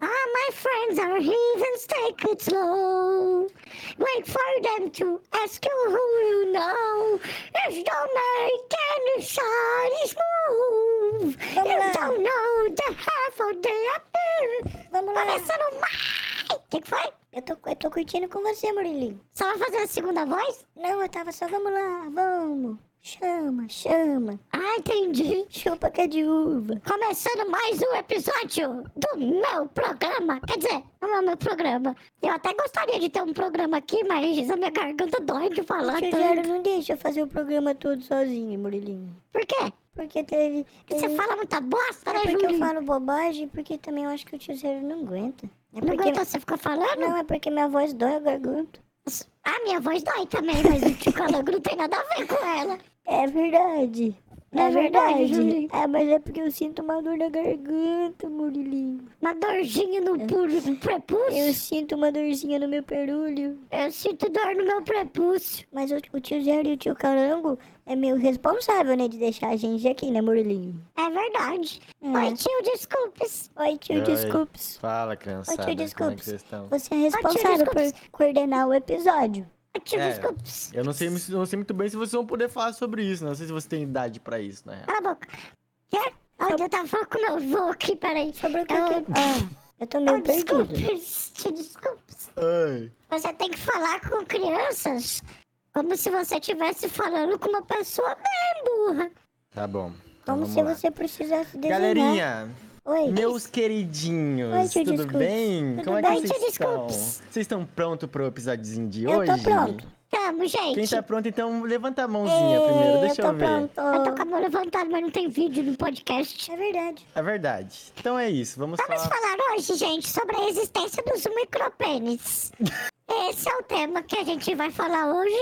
Ah, My friends are heathens, take it slow. Wait for them to ask you who you know. If you don't make any signs move, Vamos you lá. don't know the half of the appear. Vamos lá. Começando mais. O que, que foi? Eu tô, eu tô curtindo com você, Murilinho. Só vai fazer a segunda voz? Não, eu tava só, vamos lá, vamos. Chama, chama. Ah, entendi. Chupa que é de uva. Começando mais um episódio do meu programa. Quer dizer, não é o meu programa. Eu até gostaria de ter um programa aqui, mas a minha garganta dói de falar Seu tanto. Jairo não deixa eu fazer o programa todo sozinho, Murilinho. Por quê? Porque teve... Porque você teve- fala muita bosta, né, É porque eu Júlio? falo bobagem, porque também eu acho que o tio Jairo não aguenta. É Não porque... aguenta você ficar falando? Não, é porque minha voz dói a garganta. A minha voz dói também, mas o tio Calango não tem nada a ver com ela. É verdade. Não é verdade, Julinho? É, mas é porque eu sinto uma dor na garganta, Murilinho. Uma dorzinha no pu- Eu prepúcio. sinto uma dorzinha no meu perulho. Eu sinto dor no meu prepúcio. Mas o, o tio Zero e o tio Carango é meio responsável, né, de deixar a gente aqui, né, Murilinho? É verdade. É. Oi, tio, desculpes. Oi, tio, Oi. desculpes. Fala, criançada. Como é desculpes. que vocês estão? Você é responsável desculpes. por coordenar o episódio. Ô, Tio, É. desculpes. Eu não sei, mu- não sei muito bem se vocês vão poder falar sobre isso. né? Não sei se você tem idade pra isso, né? Cala a boca. Quê? Onde eu tava falando com meu avô aqui, peraí. Sobre o que... Ah. que- Ah, eu tô Oh, meio perdido. desculpes, te desculpes. Ai. Você tem que falar com crianças como se você estivesse falando com uma pessoa bem burra. Tá bom. Então, Como vamos se lá. você precisasse desenhar. Galerinha, Oi. meus queridinhos, Oi, tio, tudo desculpes. bem? Tudo Como é bem, que tio, vocês estão? desculpes. Vocês estão prontos pro episódiozinho de Eu hoje? tô pronto. Tamo, gente. Quem tá pronto, então levanta a mãozinha é primeiro, Ei, deixa eu eu, tô ver. pronto. Eu tô com a mão levantada, mas não tem vídeo no podcast. É verdade. É verdade. Então é isso, vamos Tá, Vamos falar. falar hoje, gente, sobre a existência dos micropênis. Esse é o tema que a gente vai falar hoje.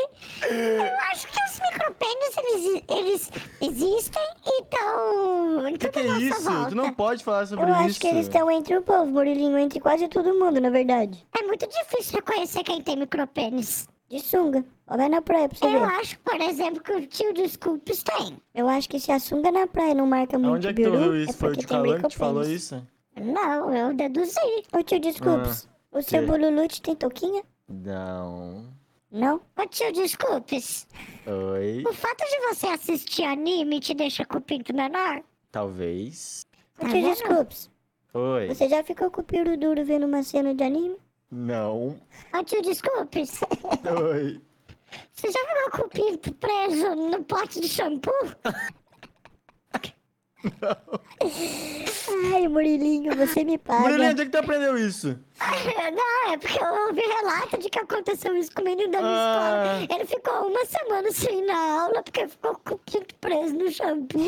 Eu acho que os micropênis, eles, eles existem e estão... O que, que é isso? Tu não pode falar sobre Eu isso. acho que eles estão entre o povo, Murilinho, entre quase todo mundo, na verdade. É muito difícil reconhecer quem tem micropênis. De sunga. Ó, Vai na praia pra você Eu ver. acho, por exemplo, que o tio Desculpes tem. Eu acho que se a sunga na praia não marca muito Onde é que tu peru, viu isso? é Foi o porque de tem Calango que micropênis. te falou isso? Não, eu deduzi. Ô tio, desculpes. o seu quê? bululute tem touquinha? Não. Não? Ô tio Desculpes, Oi. o fato de você assistir anime te deixa com o pinto menor? Talvez. Ô Tá tio, vendo? desculpes. Oi. Você já ficou com o peru duro vendo uma cena de anime? Não. Ô tio Desculpes, Oi. você já ficou com o pinto preso no pote de shampoo? Ai, Murilinho, você me paga. Murilinho, onde é que tu aprendeu isso? Não, é porque eu ouvi relato de que aconteceu isso com o Tá menino da minha Ah. escola. Ele ficou uma semana sem ir na aula porque ficou com o pinto preso no shampoo.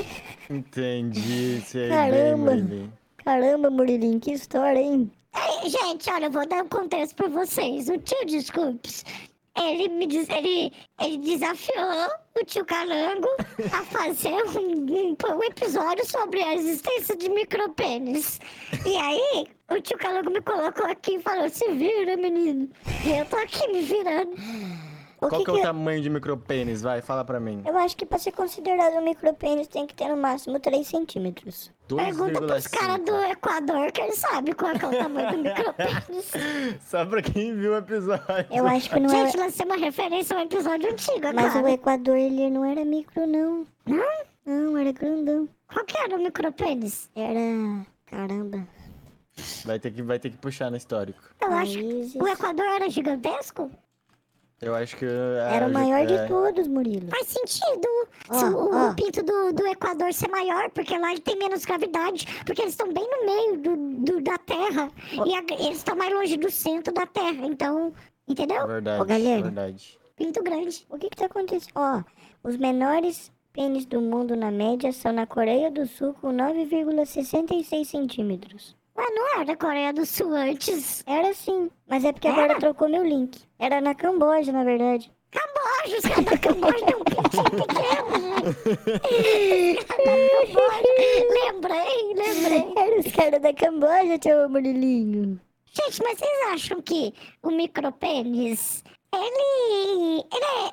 Ah, Entendi. Sei bem, Caramba. Murilinho. Caramba, Murilinho, que história, hein? Aí, gente, olha, eu vou dar um contexto pra vocês. O tio Desculpes, ele me diz, ele, ele desafiou o tio Calango a fazer um, um- um episódio sobre a existência de micropênis. E aí, o tio Calango me colocou aqui e falou: se vira, menino. E eu tô aqui me virando. O Qual que que é que o eu- tamanho de micropênis? Vai, fala pra mim. Eu acho que pra ser considerado um micropênis tem que ter no máximo 3 centímetros. Pergunta pros caras do 2,5. Equador que eles sabem qual é que é o tamanho do micropênis. Só pra quem viu o episódio. Eu acho que não é. Gente, lancei uma referência a um episódio antigo Mas o agora. Equador, ele não era micro, é não. Não, era grandão. Qual que era o micropênis? Era. Caramba. Vai ter, que, vai ter que puxar no histórico. Eu acho Países. O Equador era gigantesco? Eu acho que... ah, é, Era o maior de tudo. todos, Murilo. Faz sentido se Ó, o, ó. o pinto do, do Equador ser maior, porque lá ele tem menos gravidade, porque eles estão bem no meio do, do- da Terra e a- eles estão mais longe do centro da Terra. Então, entendeu? é Verdade, Ô, Galeno. verdade. Pinto grande. O que que tá acontecendo? Ó, os menores pênis do mundo na média são na Coreia do Sul com 9,66 centímetros. Mas não era Coreia do Sul antes. Era sim, mas é porque agora Era? trocou meu link. Era na Camboja, na verdade. Camboja, os caras da Camboja têm um pintinho pequeno, gente. Camboja. Lembrei, lembrei. Era os caras da Camboja, tio Murilinho. Gente, mas vocês acham que o micropênis, ele, ele é...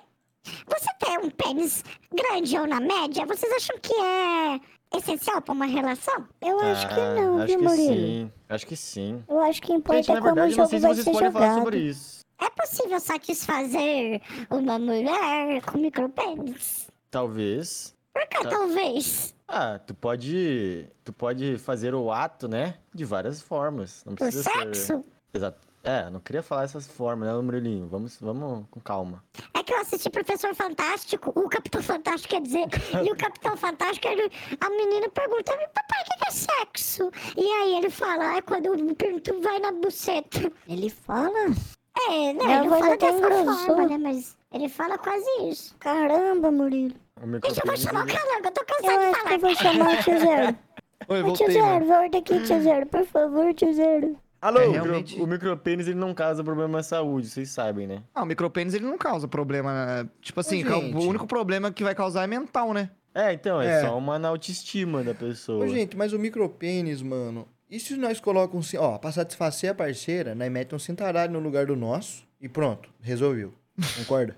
Você tem um pênis grande ou na média, vocês acham que é... essencial pra uma relação? Eu acho que Ah, não, acho viu, que Murilo? sim. Acho que sim. Eu acho que Gente, importa é na como o verdade, eu não sei jogo se vai vocês ser podem falar sobre jogado. isso. É possível satisfazer uma mulher com micropênis? Talvez. Por que Tá. talvez? Ah, tu pode. Tu pode fazer o ato, né? De várias formas. Não O precisa ser. sexo? Exato. É, não queria falar essas formas, né, Murilinho? Vamos, vamos com calma. É que eu assisti Professor Fantástico, o Capitão Fantástico quer dizer, e o Capitão Fantástico, ele- a menina pergunta, papai, o que que é sexo? E aí ele fala, é quando tu vai na buceta. Ele fala? É, né? Minha ele voz fala é tão dessa grossona. forma, né? Mas ele fala quase isso. Caramba, Murilo. Gente, O eu vou microfone chamar o dele- calango, eu tô Eu cansada de acho que falar. eu vou chamar o tio Zero. Oi, Ô, tio voltei, Zero, mano. volta aqui, tio Zero. Por favor, tio Zero. Alô, É, o micro- realmente- o micropênis ele não causa problema à saúde, vocês sabem, né? Ah, o micropênis ele não causa problema. Tipo assim, ca- gente. o único problema que vai causar é mental, né? É, então, é, É. só uma na autoestima da pessoa. Ô, gente, mas o micropênis, mano. E se nós colocamos. um. Ó, pra satisfacer a parceira, nós metemos um cintaralho no lugar do nosso e pronto, resolveu. Concorda?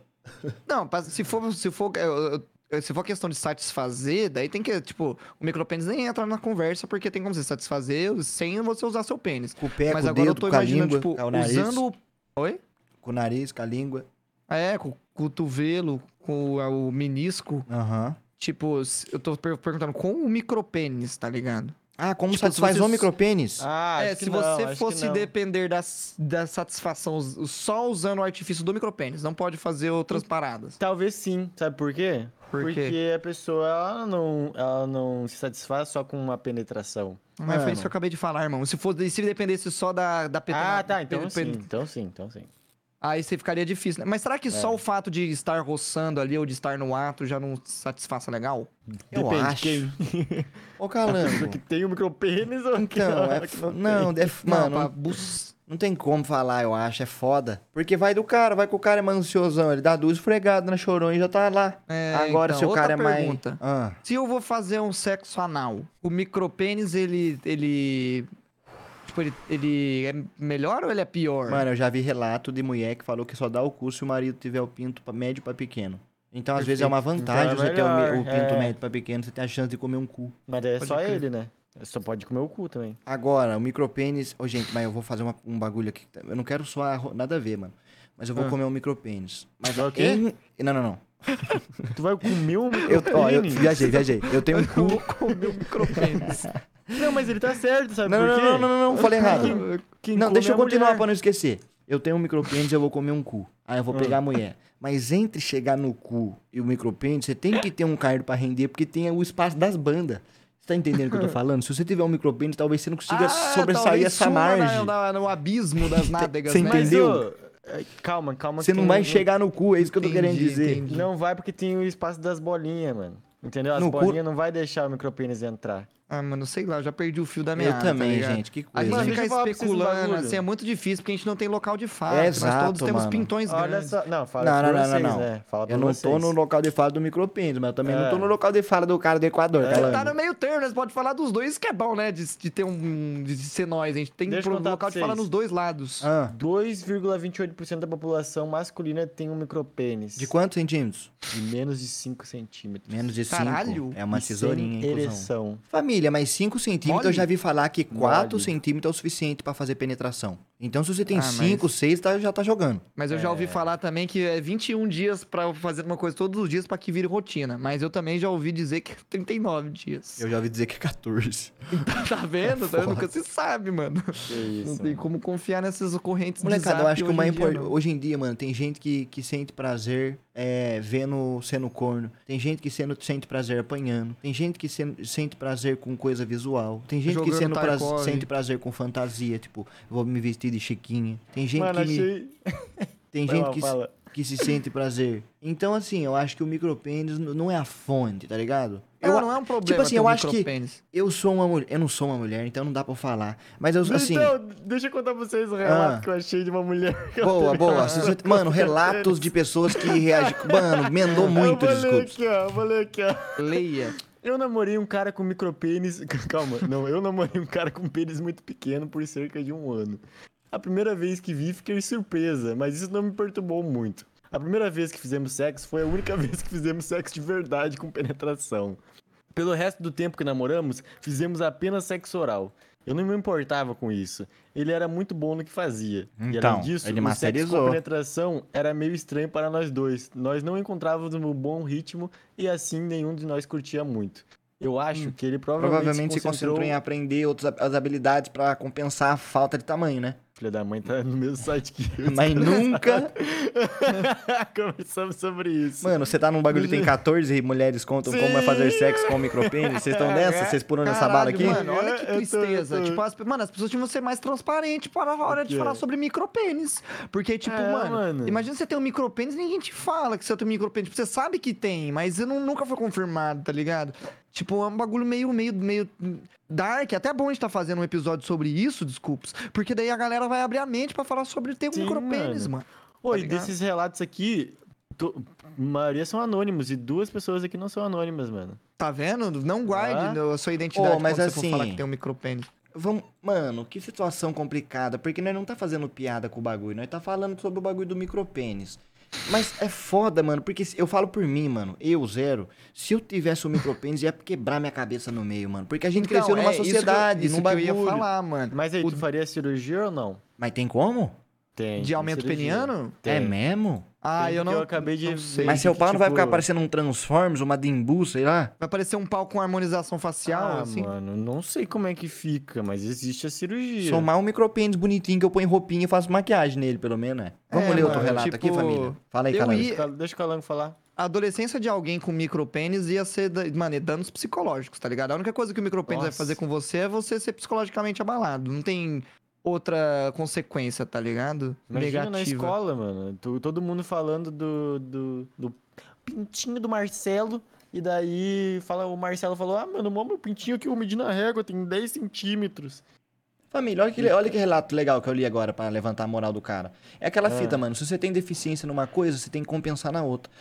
Não, pra- se for, se for, eu- eu- eu- se for questão de satisfazer, daí tem que, tipo, o micropênis nem entra na conversa porque tem como você satisfazer sem você usar seu pênis. Com o pé, Mas É, com o agora dedo, eu tô com a imaginando, língua, tipo, com o nariz, usando o. Oi? com o nariz, com a língua. É, com o cotovelo, com a- o menisco. Aham. Tipo, se- eu tô per- perguntando com o micropênis, tá ligado? Ah, como Tipo, se satisfaz você- o micropênis? Ah, é, acho que se não, acho você que fosse não. depender da, s- da satisfação us- só usando o artifício do micropênis, não pode fazer outras paradas. Talvez sim, sabe por quê? Por quê? Porque a pessoa ela não, ela não se satisfaz só com uma penetração. Mas é, foi isso que Mano. eu acabei de falar, irmão. Se, fosse, se dependesse só da, da ah, petonada- tá, então pe- sim, pe- então sim, então sim. Aí você ficaria difícil, né? Mas será que É. só o fato de estar roçando ali ou de estar no ato já não satisfaça legal? Eu Depende de acho. quem. Ô, Pessoa que Calango. tem o micropênis ou que Então, é. que f- não tem. Não, é f- mano, pra bus- Não tem como falar, eu acho, é foda. Porque vai do cara, vai que o cara é manciosão, ele dá duas esfregadas na chorona e já tá lá. É, Agora, então, se o outra cara é mais. pergunta. Ah, Se eu vou fazer um sexo anal, o micropênis, ele. ele. Tipo, ele, ele é melhor ou ele é pior? mano, eu já vi relato de mulher que falou que só dá o cu se o marido tiver o pinto pra- médio pra pequeno. Então, às vezes, é uma vantagem Então é você ter o, melhor, mi- o pinto é. médio pra pequeno, você tem a chance de comer um cu. Mas é Pode só crer. ele, né? Só pode comer o cu também. Agora, o micropênis. Ô, gente, mas eu vou fazer uma- um bagulho aqui. Eu não quero soar ro- nada a ver, mano. Mas eu vou Ah. comer um micropênis. Mas Vai o quê? em- Não, não, não. Tu vai comer um Eu, micropênis? ó, eu viajei, viajei. Eu tenho um Eu cu. vou comer o micropênis. Não, mas ele tá certo, sabe Não, por não, quê? não, não, não, não, falei errado. Quem não, come deixa é eu a continuar mulher. pra não esquecer. Eu tenho um micropênis, eu vou comer um cu. Aí eu vou pegar a mulher. Mas entre chegar no cu e o micropênis, você tem que ter um cardo pra render, porque tem o espaço das bandas. Você tá entendendo o que eu tô falando? Se você tiver um micropênis, talvez você não consiga sobressair Ah, talvez né, essa suma na- margem. na- no abismo das nádegas, Você né? Mas, entendeu? ô, é, calma, calma. Você que não vai chegar no cu, é isso que eu tô Entendi, querendo dizer. entendi. Não vai porque tem o espaço das bolinhas, mano. Entendeu? As No cu- bolinhas não vai deixar o micropênis entrar. Ah, mano, sei lá, eu já perdi o fio da Eu meada. tá também, ligado? gente, que A coisa. gente Mano, hein? deixa fica eu falar pra vocês um especulando, bagulho. assim, é muito difícil porque a gente não tem local de fato. É nós exato, todos temos mano. pintões Olha grandes. só. Não, fala Não, pra não, não, vocês, não, não. né? Fala pra Eu não vocês. tô no local de fala do micropênis, mas eu também não tô É. no local de fala do cara do Equador, É. Calando. Tá no meio termo, nós pode falar dos dois, isso que é bom, né? De, de ter um. de ser nós. A gente tem Deixa eu pro- contar local pra de falar vocês. nos dois lados. Ah, 2,28% da população masculina tem um micropênis. de quantos centímetros? De menos de 5 centímetros. Menos de 5. Caralho. É uma E sem tesourinha, hein, cuzão? ereção. Família, mas 5 centímetros eu Mole? já vi falar que 4 Mole. centímetros é o suficiente pra fazer penetração. Então se você tem Ah, mas- 5, 6, tá, já tá jogando. Mas eu já ouvi falar também que é 21 dias pra fazer uma coisa todos os dias pra que vire rotina. Mas eu também já ouvi dizer que é 39 dias. já ouvi dizer que é 14. Tá vendo? Tá vendo? Nunca se sabe, mano. Que isso. Não tem mano. como confiar nessas ocorrentes de Molecada, eu zap acho que hoje o mais em dia, importante. não. Hoje em dia, mano, tem gente que, que sente prazer é, vendo sendo corno. Tem gente que sendo, sente prazer apanhando. Tem gente que sen- sente prazer com coisa visual. Tem gente que Jogando sendo pra- Tarkov. sente prazer com fantasia, tipo, vou me vestir de chiquinha. Tem gente Mano, que me- achei... Tem Vai gente lá, que, fala. que se sente prazer. Então, assim, eu acho que o micropênis n- não é a fonte, tá ligado? Não, eu, não é um problema. tipo assim, ter eu um acho que- micropênis. eu sou uma mulher. Eu não sou uma mulher, então não dá pra eu falar. Mas eu, assim. Então, deixa eu contar pra vocês o relato Ah. que eu achei de uma mulher. que eu Boa, tenho. boa. Se você- Mano, relatos de pessoas que reagem. Mano, mendou muito, eu vou ler desculpa. aqui, ó. eu Vou ler aqui, ó. Leia. Eu namorei um cara com micropênis. Calma, não, eu namorei um cara com pênis muito pequeno por cerca de um ano. A primeira vez que vi, fiquei surpresa, mas isso não me perturbou muito. A primeira vez que fizemos sexo foi a única vez que fizemos sexo de verdade com penetração. Pelo resto do tempo que namoramos, fizemos apenas sexo oral. Eu não me importava com isso. Ele era muito bom no que fazia. e Então, além disso, ele o sexo masterizou. com penetração era meio estranho para nós dois. Nós não encontrávamos um bom ritmo e assim nenhum de nós curtia muito. Eu acho que ele provavelmente, Provavelmente se concentrou em aprender outras hab- as habilidades pra compensar a falta de tamanho, né? Filha da mãe tá no mesmo site que eu. Mas nunca. Conversamos sobre isso. Mano, você tá num bagulho que tem 14 mulheres contam como é fazer sexo com micropênis. Vocês estão nessa? Vocês pulam nessa bala Caralho, aqui? Mano, olha Eu que É, tô- eu tristeza. tô- Tipo, as, mano, as pessoas tinham que ser mais transparentes para a hora de Ok. falar sobre micropênis. Porque, tipo, É, mano, mano. imagina você ter um micropênis e ninguém te fala que você tem um micropênis. Tipo, você sabe que tem, mas não- nunca foi confirmado, tá ligado? Tipo, é um bagulho meio, meio, meio dark. Até bom a gente tá fazendo um episódio sobre isso, desculpas. Porque daí a galera vai abrir a mente pra falar sobre ter um Sim, micropênis, mano. Oi, ligado? desses relatos aqui, to- a maioria são anônimos e duas pessoas aqui não são anônimas, mano. Tá vendo? Não Ah. guarde a sua identidade Ô, mas quando você assim- for falar que tem um micropênis. Vamos, mano, que situação complicada, porque nós não tá fazendo piada com o bagulho, nós tá falando sobre o bagulho do micropênis. Mas é foda, mano, porque se- eu falo por mim, mano, eu zero, se eu tivesse um micropênis ia quebrar minha cabeça no meio, mano, porque a gente Então, cresceu numa é isso que eu- sociedade, isso num que bagulho. eu ia falar, mano. Mas aí, O- tu faria cirurgia ou não? Mas tem como? Tem. De tem aumento cirurgia. peniano? É Tem. mesmo? Ah, Tem eu que não. eu acabei de- não sei. Mas seu que, pau não vai tipo- ficar parecendo um Transformers, uma Dimbu, sei lá? Vai parecer um pau com harmonização facial, Ah, assim. mano, não sei como é que fica, mas existe a cirurgia. Somar um micropênis bonitinho que eu ponho roupinha e faço maquiagem nele, pelo menos, né? Vamos É, ler outro mano, relato aqui, tipo, família? Fala aí, eu Calango. ia- Deixa o Cal- Deixa o Calango falar. A adolescência de alguém com micropênis ia ser, da- mano, é danos psicológicos, tá ligado? A única coisa que o micropênis vai Nossa. fazer com você é você ser psicologicamente abalado. Não tem outra consequência, tá ligado? Imagina na Negativa. escola, mano. tu- todo mundo falando do, do, do pintinho do Marcelo. E daí fala, o Marcelo falou: Ah, mano, mó meu pintinho que eu medi na régua, tem 10 centímetros. Família, olha que, olha que relato legal que eu li agora pra levantar a moral do cara. É Ah. aquela fita, mano. Se você tem deficiência numa coisa, você tem que compensar na outra.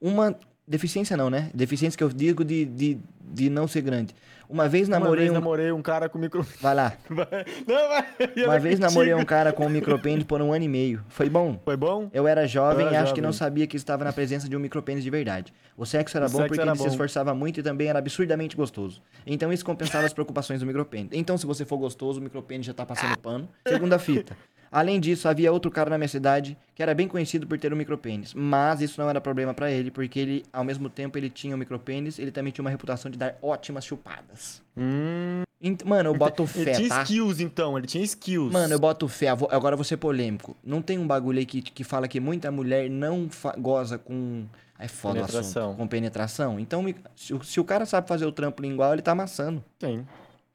Uma. Deficiência não, né? Deficiência que eu digo de, de, de não ser grande. Uma vez Uma namorei vez um. namorei um cara com micro. Vai lá. Não, vai. eu Uma não vez contigo. namorei um cara com um micropênis por um ano e meio. Foi bom. Foi bom? Então, Eu era jovem Eu e era acho que não jovem. sabia que estava na presença de um micropênis de verdade. O sexo era O bom sexo porque era ele se bom. esforçava muito e também era absurdamente gostoso. Então isso compensava as preocupações do micropênis. Então, se você for gostoso, o micropênis já tá passando pano. Segunda fita. Além disso, havia outro cara na minha cidade que era bem conhecido por ter um micropênis, mas isso não era problema pra ele, porque ele, ao mesmo tempo, ele tinha um micropênis, ele também tinha uma reputação de dar ótimas chupadas. Hum, Ent- Mano, eu boto ele fé, tinha tá? skills, então. Ele tinha skills. Mano, eu boto fé. vou- Agora eu vou ser polêmico. Não tem um bagulho aí que, que fala que muita mulher não fa- goza com. É foda o Penetração. assunto. Com penetração. Então, me- se, o- se o cara sabe fazer o trampo lingual, ele tá amassando. Tem.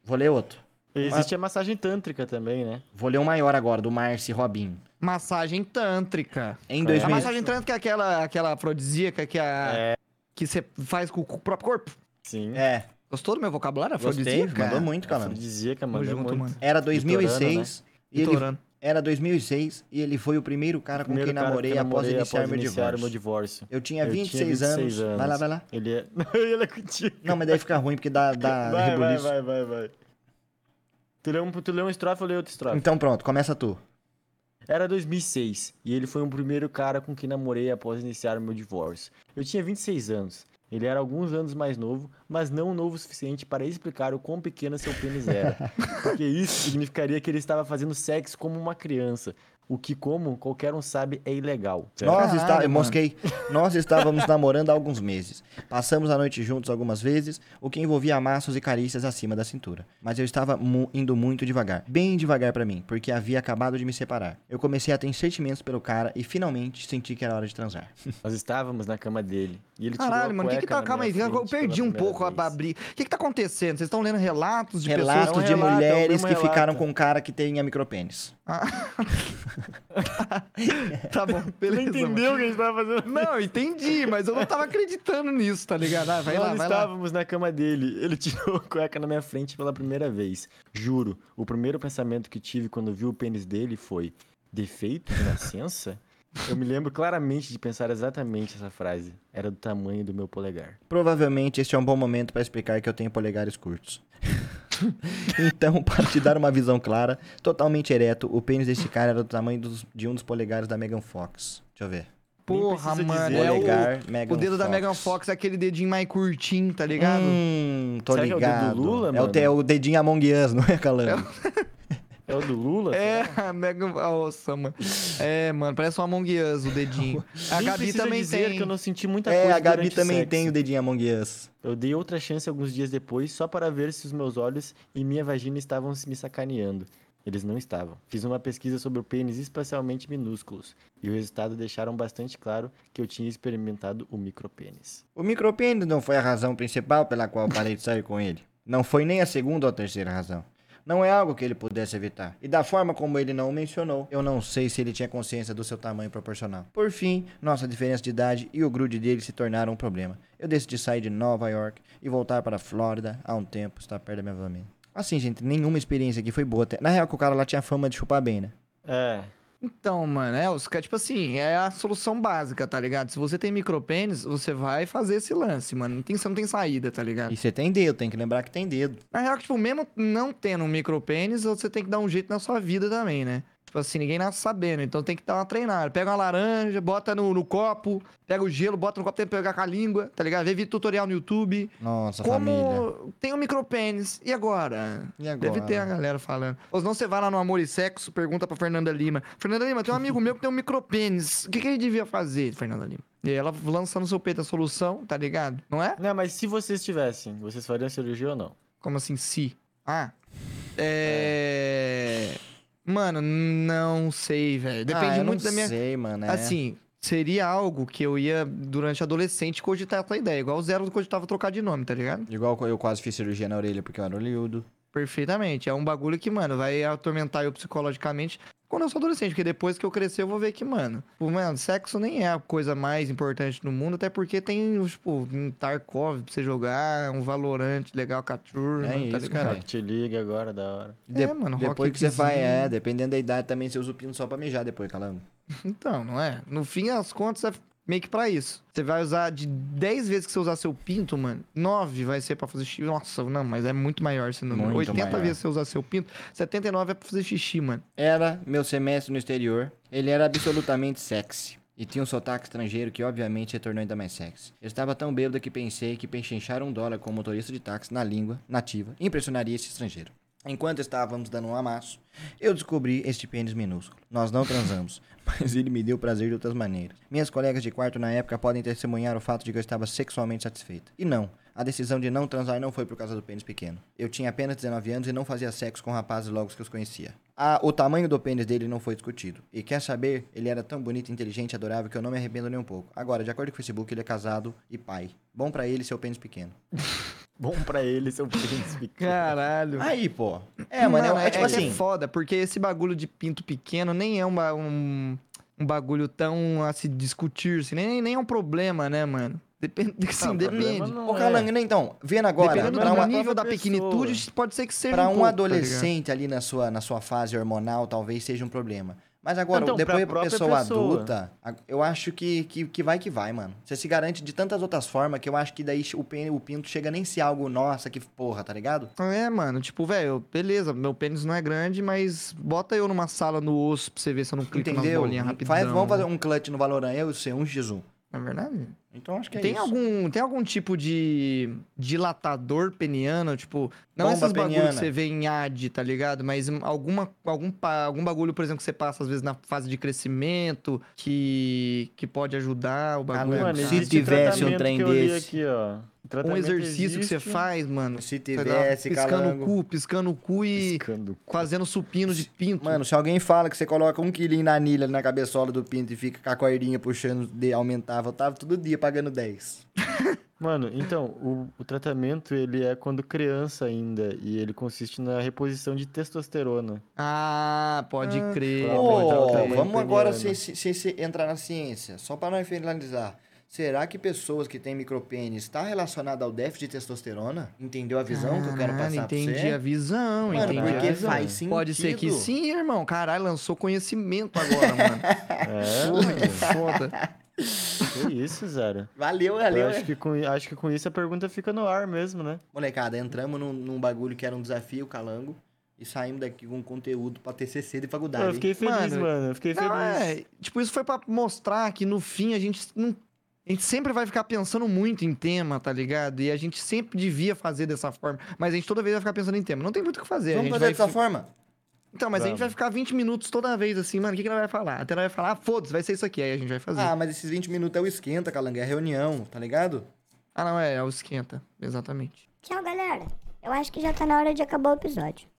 Vou ler outro. Existe a massagem tântrica também, né? Vou ler um maior agora, do Marci Robin. Massagem tântrica. Em É. A 2000. massagem tântrica é aquela, aquela afrodisíaca que é a. Que você faz com o próprio corpo. Sim. É, Gostou do meu vocabulário? Gostei, Afrodisíaca? mandou muito, cara. Afrodisíaca, Tamo mano. é junto, muito. mano. Era 2006. né? E ele, Litorano. era 2006 e ele foi o primeiro cara com Primeiro quem cara que namorei, eu após namorei iniciar, meu, divórcio. meu divórcio. Eu tinha Eu tinha 26, 26 anos. anos. Vai lá, vai lá. Ele é. ele é contigo. Não, mas daí fica ruim porque dá, vai, dá vai, rebuliço. vai, vai, vai. Tu leu, um, tu leu uma estrofe, eu leio outra estrofe. Então pronto, começa tu. Era 2006 e ele foi o primeiro cara com quem namorei após iniciar o meu divórcio. Eu tinha 26 anos. Ele era alguns anos mais novo, mas não novo o suficiente para explicar o quão pequeno seu pênis era. Porque isso significaria que ele estava fazendo sexo como uma criança. O que, como qualquer um sabe, é ilegal. Nós, Caralho, está... eu mano. mosquei. Nós estávamos namorando há alguns meses. Passamos a noite juntos algumas vezes, o que envolvia amassos e carícias acima da cintura. Mas eu estava mu- indo muito devagar. Bem devagar pra mim, porque havia acabado de me separar. Eu comecei a ter sentimentos pelo cara e finalmente senti que era hora de transar. Nós estávamos na cama dele. E ele tirou Caralho, a mano, o que que cueca tá. na Calma aí, minha eu frente pela perdi um primeira pouco a vez. abrir. O que que tá acontecendo? Vocês estão lendo relatos de pessoas. Relatos é um de relato, é o mulheres mesmo que relato. ficaram com um cara que tem a micropênis. Tá bom, beleza. Não mano. entendeu o que a gente tava fazendo? Não, entendi, mas eu não tava acreditando nisso, tá ligado? Ah, vai Nós lá, vai lá. estávamos na cama dele. Ele tirou a cueca na minha frente pela primeira vez. Juro, o primeiro pensamento que tive quando vi o pênis dele foi: defeito de nascença? Eu me lembro claramente de pensar exatamente essa frase. Era do tamanho do meu polegar. Provavelmente este é um bom momento para explicar que eu tenho polegares curtos. então, para te dar uma visão clara, totalmente ereto, o pênis deste cara era do tamanho dos- de um dos polegares da Megan Fox. Deixa eu ver. Porra, precisa mano. dizer. É o, Polegar, Megan o dedo da Fox. Megan Fox é aquele dedinho mais curtinho, tá ligado? Hum, tô Será que é o dedo do ligado. Lula, é, o, te- mano? o dedinho Among Us, não é, Calango? É o do Lula? É, a Megan. Nossa, mano. É, mano, parece um Among Us o dedinho. A Nem Gabi precisa também dizer tem. que eu não senti muita É, coisa a Gabi durante o também sexo. tem o dedinho Among Us. Eu dei outra chance alguns dias depois, só para ver se os meus olhos e minha vagina estavam se me sacaneando. Eles não estavam. Fiz uma pesquisa sobre o pênis espacialmente minúsculos, e o resultado deixaram bastante claro que eu tinha experimentado o micropênis. O micropênis não foi a razão principal pela qual eu parei de sair com ele. Não foi nem a segunda ou a terceira razão. Não é algo que ele pudesse evitar. E da forma como ele não o mencionou, eu não sei se ele tinha consciência do seu tamanho proporcional. Por fim, nossa diferença de idade e o grude dele se tornaram um problema. Eu decidi sair de Nova York e voltar para a Flórida há um tempo, estar perto da minha família. Assim, gente, nenhuma experiência aqui foi boa. Te- Na real, que o cara lá tinha fama de chupar bem, né? É, Então, mano, é, os caras, tipo assim, é a solução básica, tá ligado? Se você tem micropênis, você vai fazer esse lance, mano. Não tem, você não tem saída, tá ligado? E você tem dedo, tem que lembrar que tem dedo. Na real, que, tipo, mesmo não tendo um micropênis, você tem que dar um jeito na sua vida também, né? Tipo assim, ninguém nasce sabendo, então tem que dar uma treinada. Pega uma laranja, bota no, no copo, pega o gelo, bota no copo, tem que pegar com a língua, tá ligado? Vê vídeo tutorial no YouTube. Nossa, família. Como tem um micropênis, e agora? E agora? Deve ter a galera falando. Ou não, você vai lá no Amor e Sexo, pergunta pra Fernanda Lima. Fernanda Lima, tem um amigo meu que tem um micropênis. O que, que ele devia fazer, Fernanda Lima? E ela lança no seu peito a solução, tá ligado? Não é? Não, mas se vocês tivessem, vocês fariam cirurgia ou não? Como assim, se? Ah. É. Mano, não sei, velho. Ah, Depende eu muito não da minha. sei, mano. é. Assim, seria algo que eu ia, durante a adolescente, cogitar essa ideia. Igual o Zero cogitava trocar de nome, tá ligado? Igual eu quase fiz cirurgia na orelha porque eu era olhudo. Perfeitamente. É um bagulho que, mano, vai atormentar eu psicologicamente quando eu sou adolescente, porque depois que eu crescer eu vou ver que, mano, tipo, mano, sexo nem é a coisa mais importante no mundo, até porque tem, tipo, um Tarkov pra você jogar, um Valorant legal, Caturno, É tá isso, ligado? cara. Cara, te liga agora, da hora. De- É, mano, Depois que você rocketzinho. vai, é, dependendo da idade também, você usa o pino só pra mijar depois, calando. Então, não é? No fim das contas, é meio que pra isso. Você vai usar de 10 vezes que você usar seu pinto, mano, 9 vai ser pra fazer xixi. Nossa, não, mas é muito maior esse número. Muito 80 maior. vezes que você usar seu pinto, 79 é pra fazer xixi, mano. Era meu semestre no exterior. Ele era absolutamente sexy. E tinha um sotaque estrangeiro que, obviamente, se tornou ainda mais sexy. Eu estava tão bêbado que pensei que pechinchar um dólar com um motorista de táxi na língua nativa impressionaria esse estrangeiro. Enquanto estávamos dando um amasso, eu descobri este pênis minúsculo. Nós não transamos, mas ele me deu prazer de outras maneiras. Minhas colegas de quarto na época podem testemunhar o fato de que eu estava sexualmente satisfeita. E não, a decisão de não transar não foi por causa do pênis pequeno. Eu tinha apenas 19 anos e não fazia sexo com rapazes logo que os conhecia. Ah, o tamanho do pênis dele não foi discutido. E quer saber, ele era tão bonito, inteligente, adorável que eu não me arrependo nem um pouco. Agora, de acordo com o Facebook, ele é casado e pai. Bom pra ele seu pênis pequeno. Bom pra ele, seu príncipe. Caralho. Aí, pô. É, mano, é, é tipo que assim. É foda, porque esse bagulho de pinto pequeno nem é uma- um, um bagulho tão a se discutir, assim, nem, nem é um problema, né, mano? Depende, assim, Ah, o problema depende. não Ô, é. Calango, né, então, vendo agora, Dependendo pra do uma- nível da própria pequenitude, pessoa. pode ser que seja Pra um, um pouco, tá ligado? adolescente ali na sua, na sua fase hormonal, talvez seja um problema. Mas agora, Então, pra depois pra própria pessoa, pessoa. adulta, a- eu acho que, que, que vai que vai, mano. Você se garante de tantas outras formas que eu acho que daí o, pen- o pinto chega nem ser algo, nossa, que porra, tá ligado? É, mano, tipo, velho, beleza, meu pênis não é grande, mas bota eu numa sala no osso pra você ver se eu não clico nas Entendeu? bolinhas Vai- rapidão. vamos fazer um clutch no Valorant, eu sei, um x1. Na verdade? Então acho que é tem, isso. algum, tem algum tipo de dilatador peniano, tipo, não Bomba esses bagulhos peniana. que você vê em AD, tá ligado? Mas hum, alguma, algum, pa- algum bagulho, por exemplo, que você passa às vezes na fase de crescimento, que, que pode ajudar o bagulho. Ah, mano, a- se existe tivesse um tratamento trem que eu li desse. Aqui, ó. O um tratamento exercício que você existe. faz, mano. Se sei lá, tivesse, piscando o calango. cu, piscando o cu e Piscando. fazendo supino de pinto. Mano, se alguém fala que você coloca um quilinho na anilha na cabeçola do pinto e fica com a cordinha puxando, de, aumentava, eu tava todo dia pagando 10. Mano, então, o, o tratamento ele é quando criança ainda, e ele consiste na reposição de testosterona. Ah, pode crer. Pra Pô, aumentar o tamanho vamos agora né? se, peniano. se, se- se entrar na ciência. Só para nós finalizar. Será que pessoas que têm micropênis está relacionada ao déficit de testosterona? Entendeu a visão que eu quero Caralho, passar entendi pra você? a visão, Mano, entendi. porque a visão. faz sentido. Pode ser que sim, irmão. Caralho, lançou conhecimento agora, mano. É, Porra, que mano, foda. que isso, Zara. Valeu, Eu valeu. acho que, com, acho que com isso a pergunta fica no ar mesmo, né? Molecada, entramos num, num bagulho que era um desafio calango. E saímos daqui com conteúdo pra TCC de faculdade. Eu fiquei feliz, Mano, mano. Eu fiquei Não, feliz. é, tipo, isso foi pra mostrar que no fim a gente não. A gente sempre vai ficar pensando muito em tema, tá ligado? E a gente sempre devia fazer dessa forma. Mas a gente toda vez vai ficar pensando em tema. Não tem muito o que fazer. hein? a Vamos gente fazer vai dessa fi- forma? Então, mas a gente Vamos. vai ficar 20 minutos toda vez assim, mano, o que, que ela vai falar? Até ela vai falar, ah, foda-se, vai ser isso aqui. Aí a gente vai fazer. Ah, Ah, mas esses 20 minutos é o esquenta, Calanga. É reunião, tá ligado? Ah, não, é, é o esquenta. Exatamente. Tchau, galera. Eu acho que já tá na hora de acabar o episódio.